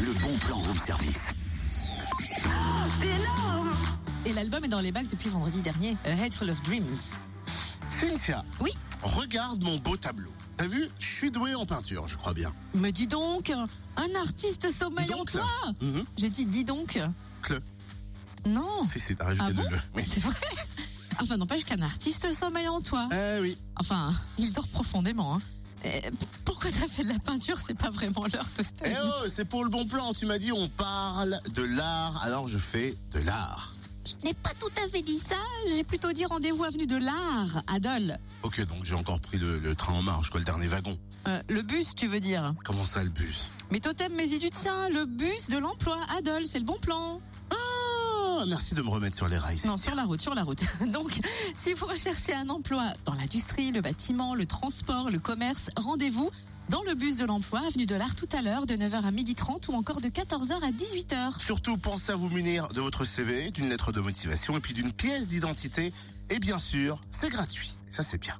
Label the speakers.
Speaker 1: le bon plan room service.
Speaker 2: Et l'album est dans les bacs depuis vendredi dernier, A Head Full of Dreams.
Speaker 1: Cynthia,
Speaker 2: Oui,
Speaker 1: regarde mon beau tableau. T'as vu, je suis doué en peinture, je crois bien.
Speaker 2: me dis donc, un artiste sommeille
Speaker 1: Dis
Speaker 2: en
Speaker 1: donc,
Speaker 2: toi
Speaker 1: Mhm.
Speaker 2: J'ai dit dis donc.
Speaker 1: Le.
Speaker 2: Non,
Speaker 1: Si, si, t'as rajouté
Speaker 2: Ah
Speaker 1: le
Speaker 2: bon
Speaker 1: le. Oui.
Speaker 2: c'est vrai. Enfin, n'empêche qu'un artiste sommeille en toi.
Speaker 1: Eh oui.
Speaker 2: Enfin, il dort profondément. hein. Et pourquoi t'as fait de la peinture C'est pas vraiment l'heure de te.
Speaker 1: Eh oh, c'est pour le bon plan. Tu m'as dit on parle de l'art, alors je fais de l'art.
Speaker 2: Je n'ai pas tout à fait dit ça. J'ai plutôt dit rendez-vous avenue de l'art, Adol.
Speaker 1: Ok, donc j'ai encore pris le, le train en marche, quoi, le dernier wagon.
Speaker 2: Euh, le bus, tu veux dire
Speaker 1: Comment ça, le bus
Speaker 2: Mais totem, mais y du tien, le bus de l'emploi, Adol, c'est le bon plan.
Speaker 1: Ah, merci de me remettre sur les rails.
Speaker 2: Non, sur la route, sur la route. Donc, si vous recherchez un emploi dans l'industrie, le bâtiment, le transport, le commerce, rendez-vous dans le bus de l'emploi, avenue de l'Art tout à l'heure, de 9h à 12h30 ou encore de 14h à 18h.
Speaker 1: Surtout, pensez à vous munir de votre CV, d'une lettre de motivation et puis d'une pièce d'identité. Et bien sûr, c'est gratuit. Ça, c'est bien.